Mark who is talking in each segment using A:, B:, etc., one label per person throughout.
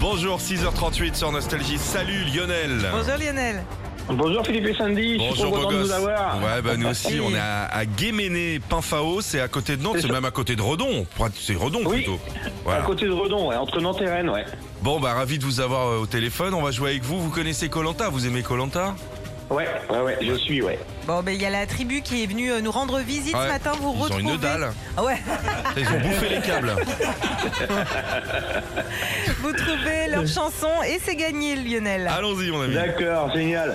A: Bonjour, 6h38 sur Nostalgie. Salut Lionel.
B: Bonjour Lionel.
C: Bonjour Philippe et Sandy, je suis trop
A: beau
C: content de
A: gosse.
C: vous avoir.
A: Ouais, bah nous aussi, on est à, à Guéméné, Pinfao, c'est à côté de Nantes,
C: C'est
A: c'est
C: ça.
A: même à côté de Redon. Pour être- C'est Redon
C: Oui.
A: plutôt.
C: À
A: Voilà.
C: côté de Redon, ouais, entre Nantes et Rennes, ouais.
A: Bon, bah ravi de vous avoir euh, au téléphone. On va jouer avec vous. Vous connaissez Colanta Vous aimez Colanta
C: Ouais, ouais, ouais, je suis, ouais.
B: Bon, ben il y a la tribu qui est venue euh, nous rendre visite
A: Ouais.
B: ce matin. Vous
A: Ils ont
B: retrouvez.
A: une dalle.
B: Ah Ouais.
A: Ils ont bouffé les câbles.
B: Vous trouvez leur chanson et c'est gagné, Lionel.
A: Allons-y, mon ami.
C: D'accord, génial.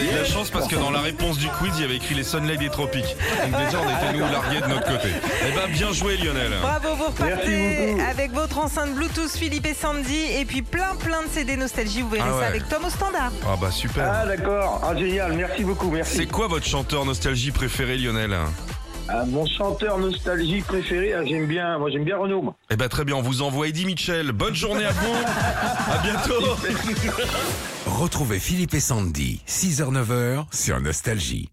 A: avez eu de la chance parce que dans la réponse du quiz, il y avait écrit les Sunlight des Tropiques. Donc déjà, on était nous largués de notre côté. Eh ben, bien joué Lionel
B: Bravo, vous
C: Merci
B: repartez
C: beaucoup.
B: avec votre enceinte Bluetooth Philippe et Sandy et puis plein plein de CD nostalgie. Vous verrez
A: Ah ouais.
B: ça avec Tom au standard.
A: Ah bah super
C: Ah, d'accord, ah, génial, merci beaucoup,
A: C'est
C: merci.
A: quoi votre chanteur nostalgie préféré Lionel
C: Ah, mon chanteur nostalgie préféré, ah, j'aime bien, moi j'aime bien Renaud. moi.
A: Eh ben très bien, on vous envoie Eddie Mitchell. Bonne journée à vous À bientôt
D: Retrouvez Philippe et Sandy, 6h-9h sur Nostalgie.